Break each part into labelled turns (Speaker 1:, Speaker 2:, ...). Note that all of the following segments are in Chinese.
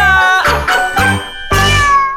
Speaker 1: 啊！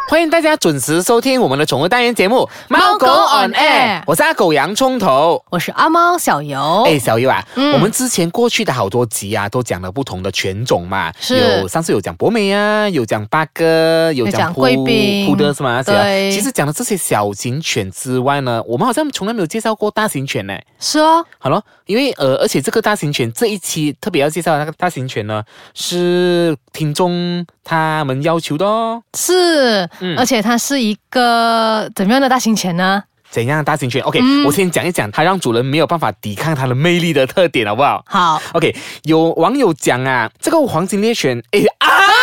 Speaker 2: 欢迎大家准时收听我们的宠物单元节目《
Speaker 3: 猫狗 on air
Speaker 2: 我是阿狗洋葱头。
Speaker 3: 我是阿猫小游。
Speaker 2: 哎，小优啊，
Speaker 3: 嗯
Speaker 2: 我们之前过去的好多集啊，都讲了不同的犬种嘛，
Speaker 3: 是
Speaker 2: 有上次有讲博美啊，有讲八哥，有
Speaker 3: 有
Speaker 2: 讲
Speaker 3: 讲
Speaker 2: 扑
Speaker 3: 贵宾
Speaker 2: 扑的是吗？那些啊
Speaker 3: 对
Speaker 2: 其实讲了这些小型犬之外呢，我们好像从来没有介绍过大型犬呢。
Speaker 3: 是哦，
Speaker 2: 好了，因为呃，而且这个大型犬这一期特别要介绍的那个大型犬呢，是听众他们要求的哦。
Speaker 3: 是，
Speaker 2: 嗯
Speaker 3: 而且它是一个怎么样的大型犬呢？
Speaker 2: 怎样的大型犬？OK，、
Speaker 3: 嗯
Speaker 2: 我先讲一讲它让主人没有办法抵抗它的魅力的特点，好不好？
Speaker 3: 好，
Speaker 2: OK，有网友讲啊，这个黄金猎犬，哎啊！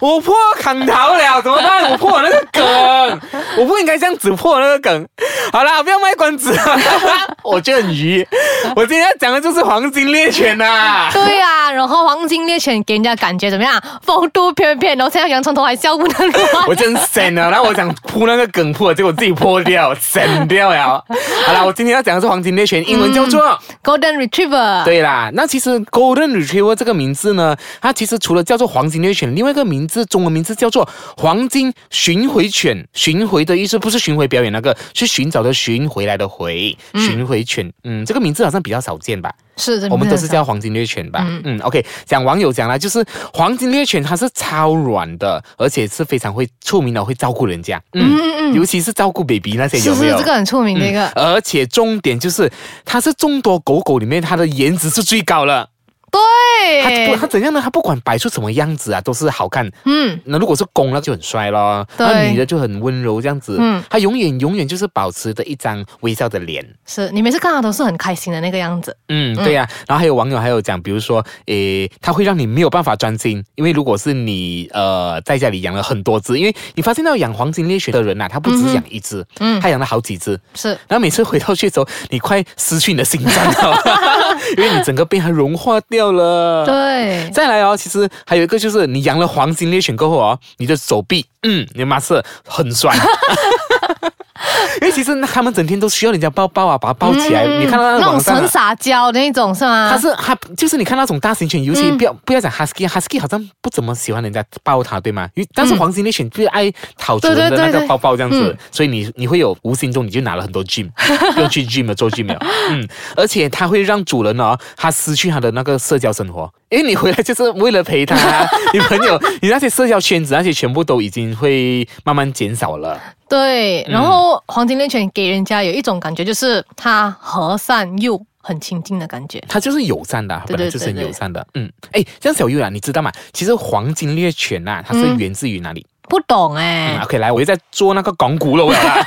Speaker 2: 我破砍头了，怎么办？我破我那个梗，我不应该这样子破我那个梗。好啦，不要卖关子 了，我就很愚。我今天要讲的就是黄金猎犬呐、啊。
Speaker 3: 对啊，然后黄金猎犬给人家感觉怎么样？风度翩翩，然后现在洋葱头还笑不能
Speaker 2: 我
Speaker 3: 乱。
Speaker 2: 真神了，然后我想铺那个梗铺了，结果自己破掉，神掉了。好啦，我今天要讲的是黄金猎犬，英文叫做、
Speaker 3: Golden Retriever，，
Speaker 2: 对啦，那其实 Golden Retriever 这个名字呢，它其实除了叫做黄金猎犬，另外一个名字中文名字叫做黄金巡回犬。巡回的意思不是巡回表演那个，是寻找的寻回来的回。巡回犬，嗯，这个名字好像比较少见吧。
Speaker 3: 是，这
Speaker 2: 我们
Speaker 3: 名字
Speaker 2: 都是
Speaker 3: 很少
Speaker 2: 叫黄金猎犬吧？嗯 o k 讲网友讲啦，就是黄金猎犬它是超软的，而且是非常会出名的，会照顾人家，嗯，
Speaker 3: 嗯嗯嗯，
Speaker 2: 尤其是照顾 baby 那些
Speaker 3: 是
Speaker 2: 有没
Speaker 3: 是
Speaker 2: 有？嗯
Speaker 3: 这个很出名的一个，
Speaker 2: 而且重点就是，它是众多狗狗里面它的颜值是最高了。它不，
Speaker 3: 对，
Speaker 2: 它怎样呢？它不管摆出什么样子啊，都是好看。
Speaker 3: 嗯，
Speaker 2: 那如果是公，那就很帅咯；
Speaker 3: 对
Speaker 2: 那女的就很温柔，这样子。
Speaker 3: 嗯
Speaker 2: 它永远永远就是保持着一张微笑的脸。
Speaker 3: 是你每次看它都是很开心的那个样子，
Speaker 2: 嗯，对呀、然后还有网友还有讲，比如说，诶，它会让你没有办法专心，因为如果是你呃在家里养了很多只，因为你发现到养黄金猎犬的人呐、啊，他不只养一只，
Speaker 3: 嗯
Speaker 2: 他养了好几只。
Speaker 3: 是
Speaker 2: 然后每次回到去的时候，你快失去你的心脏 了，因为你整个被它融化掉了。
Speaker 3: 对，
Speaker 2: 再来哦，其实还有一个就是你养了黄金猎犬过后哦，你的手臂，嗯，你的马是很 酸。因为其实他们整天都需要人家抱抱啊，把它抱起来。
Speaker 3: 嗯
Speaker 2: 你看到那
Speaker 3: 那
Speaker 2: 网
Speaker 3: 种
Speaker 2: 上啊、
Speaker 3: 神撒娇的那种是吗？
Speaker 2: 它是它就是你看那种大型犬，尤其
Speaker 3: 啊嗯
Speaker 2: 不要、不要讲 husky，husky 好像不怎么喜欢人家抱它，对吗？因为但是
Speaker 3: 嗯
Speaker 2: 黄金猎犬就是爱讨主
Speaker 3: 对
Speaker 2: 人
Speaker 3: 对
Speaker 2: 的那
Speaker 3: 对
Speaker 2: 个
Speaker 3: 对
Speaker 2: 抱抱这样子，
Speaker 3: 嗯
Speaker 2: 所以你你会有无形中你就拿了很多 gym，又去 gym 了做 gym 了，嗯，而且它会让主人哦，他失去他的那个社交生活。因为你回来就是为了陪他，你朋 友，你那些社交圈子那些全部都已经会慢慢减少了。
Speaker 3: 对，
Speaker 2: 嗯
Speaker 3: 然后黄金猎犬给人家有一种感觉，就是它和善又很亲近的感觉。
Speaker 2: 它就是友善的啊，它
Speaker 3: 对
Speaker 2: 本来
Speaker 3: 对
Speaker 2: 就是很
Speaker 3: 对对
Speaker 2: 友善的。嗯，哎，这样小玉啊，你知道吗？其实黄金猎犬呐、它是
Speaker 3: 嗯
Speaker 2: 源自于哪里？
Speaker 3: 不懂
Speaker 2: 嗯
Speaker 3: 哎、
Speaker 2: OK，来，我又在做那个港股了，我啦。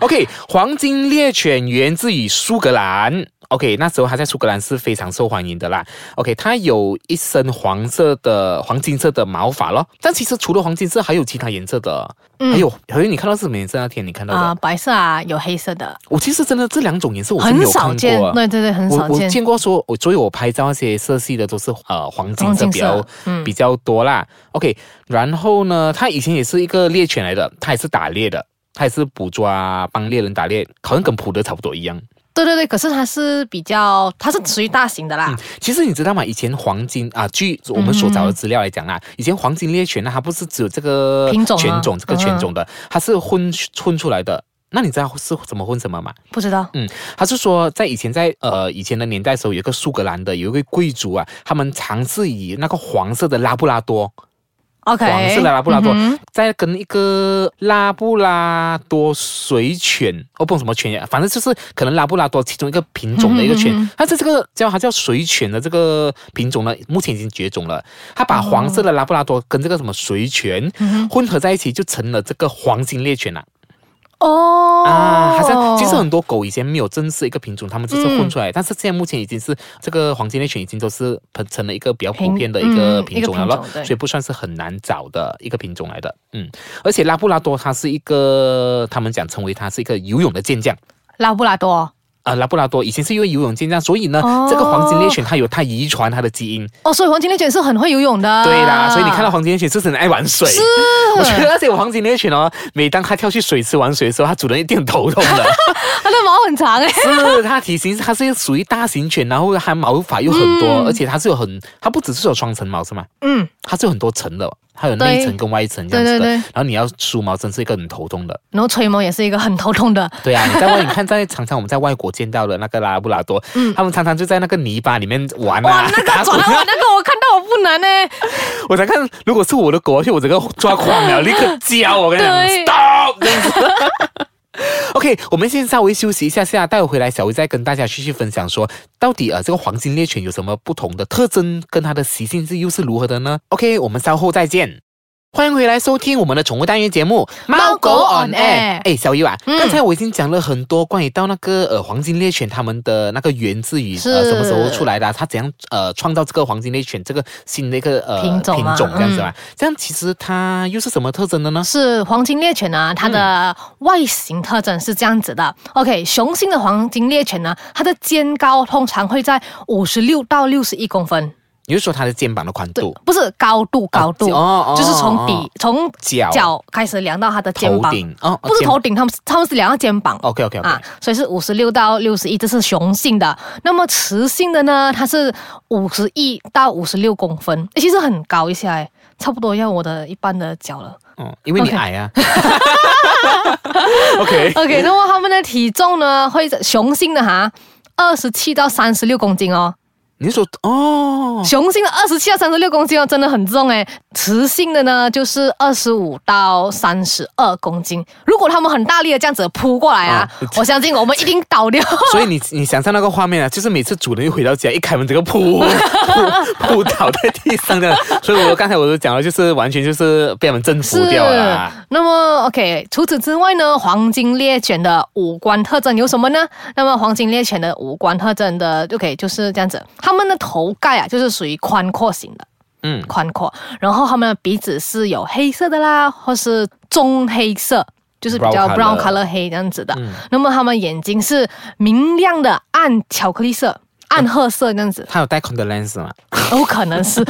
Speaker 2: OK，黄金猎犬源自于苏格兰。OK，那时候它在苏格兰是非常受欢迎的啦。OK，它有一身黄色的、黄金色的毛发咯。但其实除了黄金色，还有其他颜色的，
Speaker 3: 嗯
Speaker 2: 还有还有你看到是什么颜色？那天你看到的，
Speaker 3: 啊、白色啊，有黑色的，
Speaker 2: 我其实真的这两种颜色我是没
Speaker 3: 很
Speaker 2: 有看
Speaker 3: 少
Speaker 2: 过啊
Speaker 3: 见。
Speaker 2: 的。
Speaker 3: 对对对，很
Speaker 2: 我
Speaker 3: 少
Speaker 2: 我
Speaker 3: 见。
Speaker 2: 见过说，我所以我拍照那些色系的都是呃黄金
Speaker 3: 黄
Speaker 2: 色
Speaker 3: 金
Speaker 2: 比较
Speaker 3: 色，嗯
Speaker 2: 比，较多啦。OK，然后呢，它以前也是一个猎犬来的，它也是打猎的，它也是捕抓帮猎人打猎，好像跟普德差不多一样。
Speaker 3: 对对对，可是它是比较，它是属于大型的啦。
Speaker 2: 其实你知道吗？以前黄金啊，据我们所找
Speaker 3: 嗯
Speaker 2: 的资料来讲啊，以前黄金猎犬呢，它不是只有这个
Speaker 3: 品种吗
Speaker 2: 犬种，这个
Speaker 3: 嗯
Speaker 2: 犬种的，它是混混出来的。那你知道是怎么混什么吗？
Speaker 3: 不知道，
Speaker 2: 他是说，在以前在呃以前的年代的时候，有一个苏格兰的有一个贵族啊，他们尝试以那个黄色的拉布拉多，
Speaker 3: OK，
Speaker 2: 黄色的拉布拉多
Speaker 3: 嗯哼
Speaker 2: 再跟一个拉布拉多水犬，哦不懂什么犬呀，反正就是可能拉布拉多其中一个品种的一个犬
Speaker 3: 嗯哼嗯，
Speaker 2: 它是这个叫它叫水犬的这个品种呢，目前已经绝种了。它把黄色的拉布拉多跟这个什么水犬
Speaker 3: 哦嗯
Speaker 2: 混合在一起，就成了这个黄金猎犬了。
Speaker 3: 哦，
Speaker 2: 啊，好像其实很多狗以前没有正式一个品种，它们就是混出来，但是现在目前已经是这个黄金猎犬已经都是成成了一个比较普
Speaker 3: 品
Speaker 2: 遍的一个
Speaker 3: 嗯
Speaker 2: 品种了
Speaker 3: 一
Speaker 2: 咯
Speaker 3: 个品种，对
Speaker 2: 所以不算是很难找的一个品种来的。嗯，而且拉布拉多它是一个，他们讲称为它是一个游泳的健将。
Speaker 3: 拉布拉多
Speaker 2: 呃拉布拉多以前是因为游泳健将，所以呢，
Speaker 3: 哦
Speaker 2: 这个黄金猎犬它有它遗传它的基因。
Speaker 3: 哦，所以黄金猎犬是很会游泳的。嗯
Speaker 2: 对啦，所以你看到黄金猎犬是不是很爱玩水。
Speaker 3: 啊是，
Speaker 2: 我觉得那些黄金猎犬哦，每当它跳去水池玩水的时候，它主人一定很头痛的。
Speaker 3: 它的毛很长哎、
Speaker 2: 是它体型，它是属于大型犬，然后它毛发又很多，而且它是有很，它不只是有双层毛是吗？
Speaker 3: 嗯，
Speaker 2: 它是有很多层的，它有内层跟外层这样子
Speaker 3: 对
Speaker 2: 的。
Speaker 3: 对对
Speaker 2: 然后你要梳毛，真是一个很头痛的。
Speaker 3: 然后吹毛也是一个很头痛的。
Speaker 2: 对啊，你在外，你看在常常我们在外国见到的那个拉布拉多，他们常常就在那个泥巴里面玩
Speaker 3: 嗯哇，
Speaker 2: 啊，
Speaker 3: 那
Speaker 2: 打
Speaker 3: 个
Speaker 2: 滚
Speaker 3: 转来
Speaker 2: 啊。
Speaker 3: 我那个我看到我不哎能呢、
Speaker 2: 我才看，如果是我的狗而且我整个抓狂了，立刻叫我跟你讲
Speaker 3: 对
Speaker 2: ，stop 这样 子。OK，我们先稍微休息一下下，待会回来小薇再跟大家继续分享说，到底呃这个黄金猎犬有什么不同的特征，跟它的习性是又是如何的呢？OK，我们稍后再见。欢迎回来收听我们的宠物单元节目《
Speaker 3: 猫狗 on air
Speaker 2: 哎，小雨啊，
Speaker 3: 嗯
Speaker 2: 刚才我已经讲了很多关于到那个呃黄金猎犬它们的那个源自于呃
Speaker 3: 是
Speaker 2: 什么时候出来的啊、它怎样呃创造这个黄金猎犬这个新的一个呃
Speaker 3: 品种嗯
Speaker 2: 品
Speaker 3: 嘛
Speaker 2: 种这样子嘛？这样其实它又是什么特征的呢？
Speaker 3: 是黄金猎犬啊呢，它
Speaker 2: 嗯
Speaker 3: 的外形特征是这样子的。OK，雄性的黄金猎犬呢，它的肩高通常会在五十六到六十一公分，
Speaker 2: 你是说它的肩膀的宽
Speaker 3: 对
Speaker 2: 度？，
Speaker 3: 不是高度，高度，
Speaker 2: 哦哦
Speaker 3: 就是从底、
Speaker 2: 哦
Speaker 3: 从
Speaker 2: 脚
Speaker 3: 脚开始量到它的肩
Speaker 2: 头
Speaker 3: 膀，
Speaker 2: 顶哦，
Speaker 3: 不是头顶，他们是他们是量到肩膀。
Speaker 2: OK OK OK，、
Speaker 3: 啊，所以是五十六到六十一，这是雄性的。那么雌性的呢，它是五十一到五十六公分，诶其实很高一下哎，差不多要我的一半的脚了。
Speaker 2: 嗯，因为你
Speaker 3: OK
Speaker 2: 矮 啊。OK，
Speaker 3: OK，那么它们的体重呢，会在雄性的哈。二十七到三十六公斤哦，
Speaker 2: 你是说哦，
Speaker 3: 雄性的二十七到三十六公斤哦，真的很重哎。雌性的呢，就是二十五到三十二公斤。如果它们很大力的这样子扑过来啊，
Speaker 2: 啊
Speaker 3: 我相信我们一定 倒掉。
Speaker 2: 所以你你想象那个画面啊，就是每次主人一回到家，一开门整个 扑扑扑倒在地上的。所以我刚才我都讲了，就是完全就是被他们征服
Speaker 3: 是
Speaker 2: 掉了啦。
Speaker 3: 那么，OK，除此之外呢，黄金猎犬的五官特征有什么呢？那么，黄金猎犬的五官特征的，OK，就是这样子，它们的头盖啊，就是属于宽阔型的，
Speaker 2: 嗯，
Speaker 3: 宽阔，然后它们的鼻子是有黑色的啦，或是棕黑色。就是比较
Speaker 2: Brown
Speaker 3: brown
Speaker 2: colour
Speaker 3: color 黑这样子的，
Speaker 2: 嗯
Speaker 3: 那么它们眼睛是明亮的暗巧克力色、暗褐色这样子，
Speaker 2: 他有戴 contact lens 吗？
Speaker 3: 有可 能是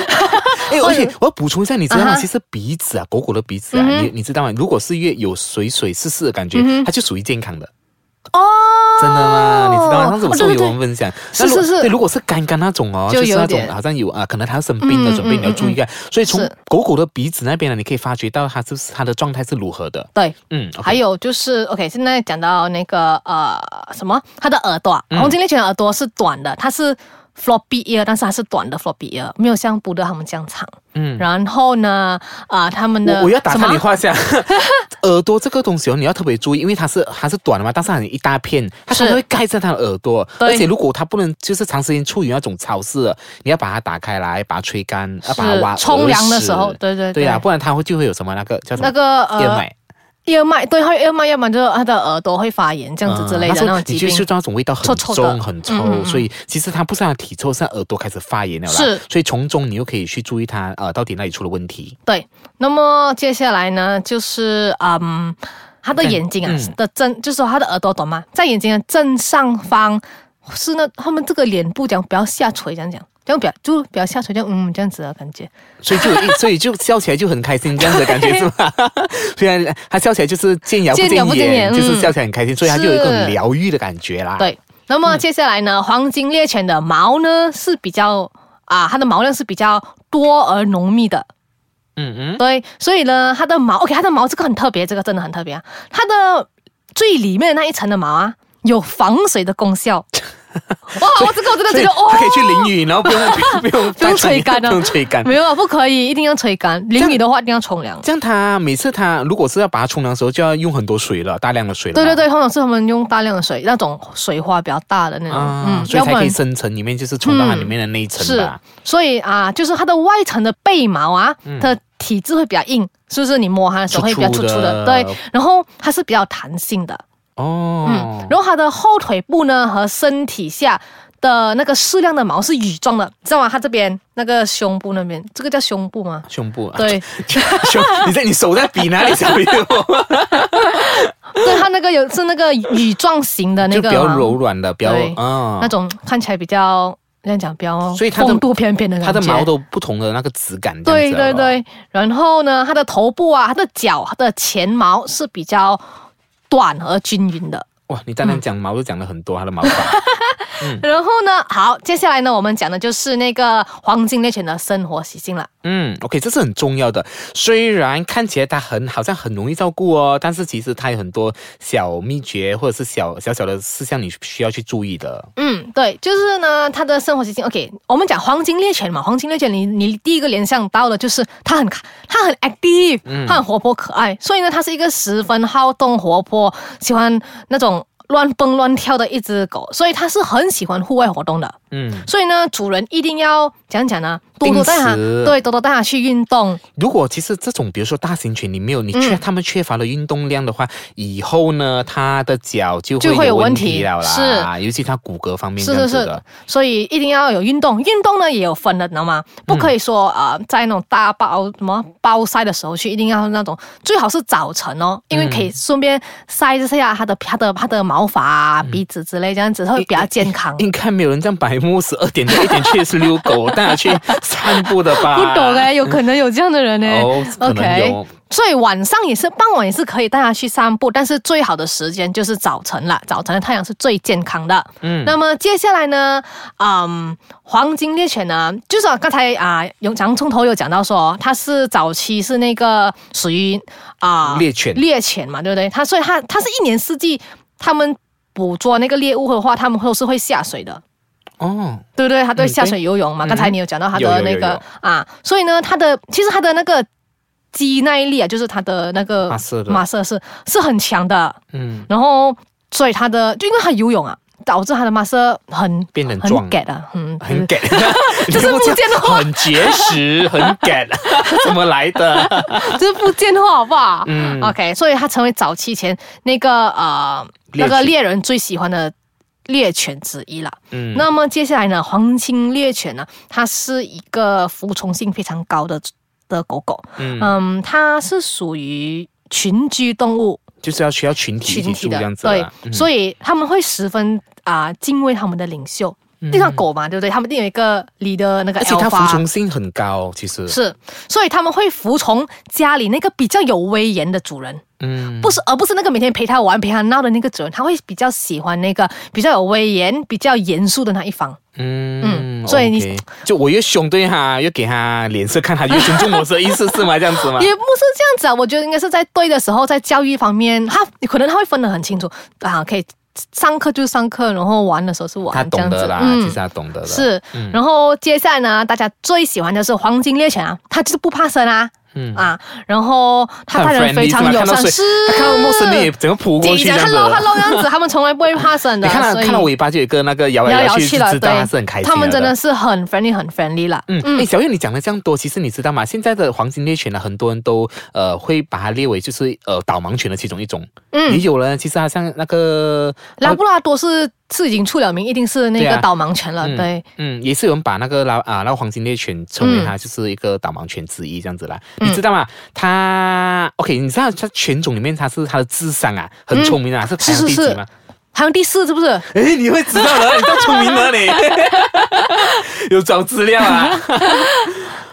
Speaker 2: 哎，而且我要补充一下，你知道吗？
Speaker 3: 啊哈嗯
Speaker 2: 其实鼻子啊，狗狗的鼻子啊，你你知道吗？如果是越有水水湿湿的感觉，它就属于健康的。
Speaker 3: 哦，
Speaker 2: 真的吗？你知道吗？上次我
Speaker 3: 哦
Speaker 2: 们
Speaker 3: 对对
Speaker 2: 有
Speaker 3: 对
Speaker 2: 人分享，
Speaker 3: 是
Speaker 2: 那如果
Speaker 3: 是是
Speaker 2: 对，如果是干干那种哦，
Speaker 3: 就
Speaker 2: 就是
Speaker 3: 有
Speaker 2: 那种
Speaker 3: 点
Speaker 2: 好像有啊，可能它生病了，
Speaker 3: 嗯
Speaker 2: 准备你要注意啊。所以从
Speaker 3: 是
Speaker 2: 狗狗的鼻子那边呢，你可以发觉到它是它的状态是如何的。
Speaker 3: 对，
Speaker 2: 嗯，OK，
Speaker 3: 还有就是，OK，现在讲到那个呃什么，它的耳朵啊，
Speaker 2: 嗯
Speaker 3: 黄金猎犬的耳朵是短的，它是 floppy ear，但是它是短的 floppy ear，没有像布德它们这样长。
Speaker 2: 嗯
Speaker 3: 然后呢，啊、它们的
Speaker 2: 我我要打
Speaker 3: 什
Speaker 2: 断
Speaker 3: 么啊
Speaker 2: 你话下， 耳朵这个东西哦，你要特别注意，因为它是它是短的嘛，但是它很一大片，它
Speaker 3: 是
Speaker 2: 常常会盖在它的耳朵，
Speaker 3: 对
Speaker 2: 而且如果它不能就是长时间处于那种潮湿的，你要把它打开来，把它吹干，要把它
Speaker 3: 是
Speaker 2: 挖
Speaker 3: 冲凉的时候
Speaker 2: 耳屎
Speaker 3: 对对
Speaker 2: 对啊，
Speaker 3: 对
Speaker 2: 不然它会就会有什么那个叫什么
Speaker 3: 那个
Speaker 2: 燕
Speaker 3: 呃
Speaker 2: 麦
Speaker 3: 耳麦，对，它耳麦，要不然就是它的耳朵会发炎这样子之类的、
Speaker 2: 嗯
Speaker 3: 那
Speaker 2: 它是
Speaker 3: 种
Speaker 2: 你
Speaker 3: 疾
Speaker 2: 就
Speaker 3: 病
Speaker 2: 嗅。到那种味道很
Speaker 3: 臭
Speaker 2: 重
Speaker 3: 臭的
Speaker 2: 很臭，
Speaker 3: 嗯嗯嗯
Speaker 2: 所以其实它不是它的体臭，是它耳朵开始发炎了啦，
Speaker 3: 是
Speaker 2: 所以从中你又可以去注意它呃到底哪里出了问题。
Speaker 3: 对，那么接下来呢，就是嗯，他的
Speaker 2: 看
Speaker 3: 眼睛啊、
Speaker 2: 嗯
Speaker 3: 的正，就是说他的耳朵懂吗？在眼睛的正上方是那他们这个脸部讲比较下垂，这样讲，这样比较就比较下垂，这样嗯这样子的感觉。
Speaker 2: 所以就有一 所以就笑起来就很开心这样子的感觉是吧？ 虽然他笑起来就是见牙不
Speaker 3: 见牙
Speaker 2: 见
Speaker 3: 不
Speaker 2: 眼，
Speaker 3: 见眼
Speaker 2: 就是
Speaker 3: 嗯
Speaker 2: 笑起来很开心，所以他就有一个
Speaker 3: 是
Speaker 2: 很疗愈的感觉啦。，
Speaker 3: 对，那么接下来呢，黄金猎犬的毛呢是比较啊，它的毛量是比较多而浓密的。
Speaker 2: 嗯嗯，
Speaker 3: 对，所以呢，它的毛，OK，它的毛这个很特别，这个真的很特别啊。它的最里面的那一层的毛啊，有防水的功 效。哇，我这个我真的
Speaker 2: 所
Speaker 3: 觉
Speaker 2: 以
Speaker 3: 得哦
Speaker 2: 他，可以去淋雨，然后不用不 用
Speaker 3: 不用吹干啊
Speaker 2: 不用吹干。
Speaker 3: 没有啊，不可以，一定要吹干。淋雨的话一定要冲凉。
Speaker 2: 这样他每次他如果是要把它冲凉的时候，就要用很多水了，大量的水了。
Speaker 3: 对对。对，通常是他们用大量的水，那种水花比较大的那种，嗯
Speaker 2: 啊，所以
Speaker 3: 要
Speaker 2: 才
Speaker 3: 不
Speaker 2: 可以
Speaker 3: 然
Speaker 2: 深层里面就是冲到它里面的那一层
Speaker 3: 是
Speaker 2: 吧。，嗯
Speaker 3: 所以啊，就是它的外层的背毛啊，它的体质会比较硬，是不是？你摸它的时候会比较
Speaker 2: 粗
Speaker 3: 粗
Speaker 2: 粗
Speaker 3: 粗
Speaker 2: 的
Speaker 3: 的，对。然后它是比较弹性的，
Speaker 2: 哦
Speaker 3: 嗯嗯，，然后它的后腿部呢和身体下的那个适量的毛是羽状的，你知道吗？它这边那个胸部那边，这个叫胸部吗？
Speaker 2: 胸部啊，
Speaker 3: 对，
Speaker 2: 胸，你在你手在比哪里小朋友？
Speaker 3: 对，它那个有是那个羽状型的 那
Speaker 2: 就
Speaker 3: 个
Speaker 2: 比较
Speaker 3: 嘛
Speaker 2: 柔软的，比较
Speaker 3: 对
Speaker 2: 啊
Speaker 3: 那，种看起来比较这样讲比较，
Speaker 2: 所以它的
Speaker 3: 风度翩翩的感觉。
Speaker 2: 它的毛都不同的那个质感。这样
Speaker 3: 对
Speaker 2: 子啊了
Speaker 3: 对对，然后呢，它的头部啊，它的脚它的前毛是比较短而均匀的。
Speaker 2: 哇，你单单讲毛就讲了很多，它的毛 发嗯
Speaker 3: 然后呢，好，接下来呢，我们讲的就是那个黄金猎犬的生活习性了。
Speaker 2: 嗯，OK，这是很重要的。虽然看起来它很好像很容易照顾哦，但是其实它有很多小秘诀或者是小小小的事项你需要去注意的。
Speaker 3: 嗯，对，就是呢，它的生活习性。OK，我们讲黄金猎犬嘛，黄金猎犬你，你第一个联想到的就是它很它很 active，它很活泼可爱，所以呢，它是一个十分好动、活泼，喜欢那种乱蹦乱跳的一只狗，所以它是很喜欢户外活动的。
Speaker 2: 嗯，
Speaker 3: 所以呢，主人一定要讲讲呢，多
Speaker 2: 定
Speaker 3: 多带它，
Speaker 2: 时
Speaker 3: 对，多多带它去运动。
Speaker 2: 如果其实这种比如说大型犬你没有你
Speaker 3: 嗯
Speaker 2: 缺他们缺乏了运动量的话，以后呢它的脚就
Speaker 3: 就
Speaker 2: 会
Speaker 3: 会有
Speaker 2: 有
Speaker 3: 问
Speaker 2: 问
Speaker 3: 题
Speaker 2: 题了啦，尤其它骨骼方面
Speaker 3: 是
Speaker 2: 这样
Speaker 3: 是
Speaker 2: 子
Speaker 3: 是
Speaker 2: 的。，
Speaker 3: 所以一定要有运动。运动呢也有分的，你知道吗？
Speaker 2: 嗯
Speaker 3: 不可以说啊、呃在那种大包什么包晒的时候去，一定要那种最好是早晨哦，因为可
Speaker 2: 嗯
Speaker 3: 以顺便晒一下它的它的它的毛发、啊、
Speaker 2: 嗯
Speaker 3: 鼻子之类，这样子会比较健康。
Speaker 2: 应该没有人这样白目，十二点到一点去遛狗，带它去散步的吧？
Speaker 3: 不懂哎、有可能有这样的人呢、
Speaker 2: 啊哦可能有
Speaker 3: 所以晚上也是，傍晚也是可以带它去散步，但是最好的时间就是早晨了。早晨的太阳是最健康的。嗯，那么接下来呢，嗯，黄金猎犬呢，就是啊刚才啊，永强冲头有讲到说，它是早期是那个属于啊
Speaker 2: 猎犬
Speaker 3: 猎犬嘛，对不对？它所以它它是一年四季，它们捕捉那个猎物的话，它们都是会下水的。
Speaker 2: 哦，
Speaker 3: 对不对？它对
Speaker 2: 嗯
Speaker 3: 下水游泳嘛，
Speaker 2: 对
Speaker 3: 刚才你有讲到它
Speaker 2: 有
Speaker 3: 的
Speaker 2: 有
Speaker 3: 那
Speaker 2: 有
Speaker 3: 个
Speaker 2: 有
Speaker 3: 啊，所以呢，它的其实它的那个肌耐力啊，就是它的那个
Speaker 2: 马瑟的
Speaker 3: 马瑟是是很强的，
Speaker 2: 嗯，
Speaker 3: 然后所以它的就因为它游泳啊，导致它的马瑟很
Speaker 2: 变得很
Speaker 3: 很
Speaker 2: 壮
Speaker 3: get 啊，嗯，
Speaker 2: 很
Speaker 3: 对
Speaker 2: 给，这
Speaker 3: 是福建话
Speaker 2: 很结实，很给， 怎么来的？
Speaker 3: 这是不见话好不好？
Speaker 2: 嗯
Speaker 3: o k 所以它成为早期前那个呃
Speaker 2: 猎
Speaker 3: 那
Speaker 2: 犬
Speaker 3: 个猎人最喜欢的猎犬之一了。
Speaker 2: 嗯
Speaker 3: 那么接下来呢，黄金猎犬呢，它是一个服从性非常高的的狗狗，
Speaker 2: 嗯，
Speaker 3: 嗯，它是属于群居动物，
Speaker 2: 就是要需要群体一
Speaker 3: 群
Speaker 2: 起
Speaker 3: 体
Speaker 2: 住
Speaker 3: 的
Speaker 2: 这样，子啊嗯
Speaker 3: 对
Speaker 2: 啦，，
Speaker 3: 所以他们会十分啊、敬畏他们的领袖，就像狗嘛，对不对？他们一定有一个 leader 那
Speaker 2: 嗯
Speaker 3: 个
Speaker 2: 而且它
Speaker 3: alpha
Speaker 2: 服从性很高，其实
Speaker 3: 是，所以他们会服从家里那个比较有威严的主人，
Speaker 2: 嗯，
Speaker 3: 不是，而不是那个每天陪他玩、陪他闹的那个主人，他会比较喜欢那个比较有威严、比较严肃的那一方。嗯
Speaker 2: 嗯
Speaker 3: 所以你
Speaker 2: OK 就我越凶对它，越给它脸色看，它越尊重我的意思是吗？这样子吗？
Speaker 3: 也不是这样子啊，我觉得应该是在对的时候，在教育方面，他可能他会分得很清楚啊，可以上课就上课，然后玩的时候是玩，
Speaker 2: 它懂
Speaker 3: 这
Speaker 2: 得
Speaker 3: 样子
Speaker 2: 啦，嗯其
Speaker 3: 嗯
Speaker 2: 实，它懂得的，
Speaker 3: 是。然后接下来呢，大家最喜欢的是黄金猎犬啊，它就是不怕生啊。
Speaker 2: 嗯
Speaker 3: 啊，然后它
Speaker 2: 它
Speaker 3: 待
Speaker 2: 很
Speaker 3: 人
Speaker 2: friendly，
Speaker 3: 非常友
Speaker 2: 是吗看到
Speaker 3: 善，
Speaker 2: 谁
Speaker 3: 是
Speaker 2: 它看到陌生人也整个扑过去这
Speaker 3: 讲
Speaker 2: 样子
Speaker 3: hello
Speaker 2: 的。
Speaker 3: hello 这 样子，他们从来不会怕生的。
Speaker 2: 你看它
Speaker 3: 所以
Speaker 2: 看到尾巴就有一个那个摇来摇去，就知道它是很开心
Speaker 3: 他们
Speaker 2: 了
Speaker 3: 真的是很 friendly 很 friendly 啦。
Speaker 2: 嗯，哎、小月，你讲了这样多，其实你知道吗？现在的黄金猎犬呢，很多人都呃会把它列为就是呃导盲犬的其中一种。
Speaker 3: 嗯
Speaker 2: 也有了，其实它像那个
Speaker 3: 拉布拉多是是已经出了名，一定是那
Speaker 2: 对
Speaker 3: 个
Speaker 2: 啊
Speaker 3: 导盲犬了，
Speaker 2: 嗯
Speaker 3: 对。
Speaker 2: 嗯，也是有人把那个拉啊那个黄金猎犬称
Speaker 3: 嗯
Speaker 2: 为它就是一个导盲犬之一这样子啦。你知道吗？它 OK，你知道它犬种里面它是它的智商啊很聪明啊，是排
Speaker 3: 嗯是
Speaker 2: 行第
Speaker 3: 是
Speaker 2: 几
Speaker 3: 是
Speaker 2: 吗？，
Speaker 3: 排行第四是不是？
Speaker 2: 哎，你会知道的，你够聪明了你， 有找资料啊。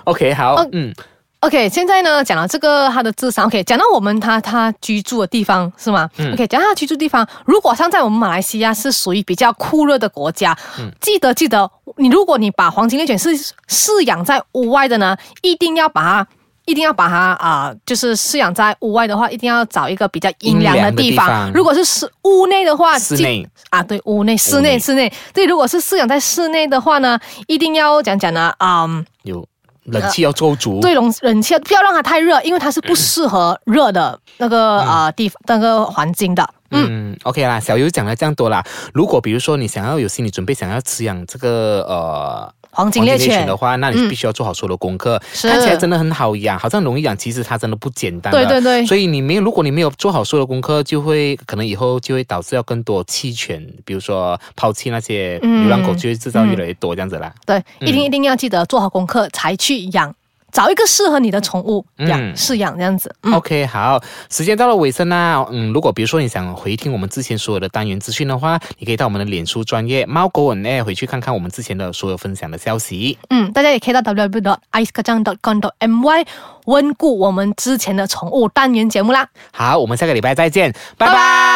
Speaker 2: OK，好，
Speaker 3: 哦
Speaker 2: 嗯
Speaker 3: OK，现在呢，讲到这个他的智商，OK，讲到我们他他居住的地方是吗、o
Speaker 2: 嗯
Speaker 3: k 讲到他居住地方，如果像在我们马来西亚是属于比较酷热的国家，
Speaker 2: 嗯
Speaker 3: 记得记得，你如果你把黄金猎犬是饲养在屋外的呢，一定要把它。一定要把它啊、就是饲养在屋外的话，一定要找一个比较阴凉的地方。
Speaker 2: 阴凉的地方
Speaker 3: 如果是室屋内的话，
Speaker 2: 室
Speaker 3: 记
Speaker 2: 内
Speaker 3: 啊，对，屋内、室内、
Speaker 2: 内
Speaker 3: 室内。对，如果是饲养在室内的话呢，一定要讲讲呢，嗯，
Speaker 2: 有冷气要够足。
Speaker 3: 对冷冷气，不要让它太热，因为它是不适合热的那个啊、呃地方那个环境的。嗯，
Speaker 2: 嗯，OK 啦，小优讲了这样多啦。如果比如说你想要有心理准备，想要饲养这个呃
Speaker 3: 黄金猎犬
Speaker 2: 的话，那你必须要做好所有的功课。
Speaker 3: 嗯是
Speaker 2: 看起来真的很好养，好像容易养，其实它真的不简单的。啊
Speaker 3: 对对对
Speaker 2: 所以你没有，如果你没有做好所有的功课，就会可能以后就会导致要更多弃犬，比如说抛弃那些
Speaker 3: 嗯
Speaker 2: 流浪狗，就会制造越来越多这样子啦。
Speaker 3: 对，一定一定要记得做好功课才去养，找一个适合你的宠物养、
Speaker 2: 嗯
Speaker 3: 饲养这样子。嗯，
Speaker 2: OK，好，时间到了尾声啦。嗯，如果比如说你想回听我们之前所有的单元资讯的话，你可以到我们的脸书专业猫狗 on air 回去看看我们之前的所有分享的消息。
Speaker 3: 嗯，大家也可以到 w w i c e k a j a n g c o m m y 温故我们之前的宠物单元节目啦。
Speaker 2: 好，我们下个礼拜再见，拜
Speaker 3: 拜
Speaker 2: 拜。
Speaker 3: 拜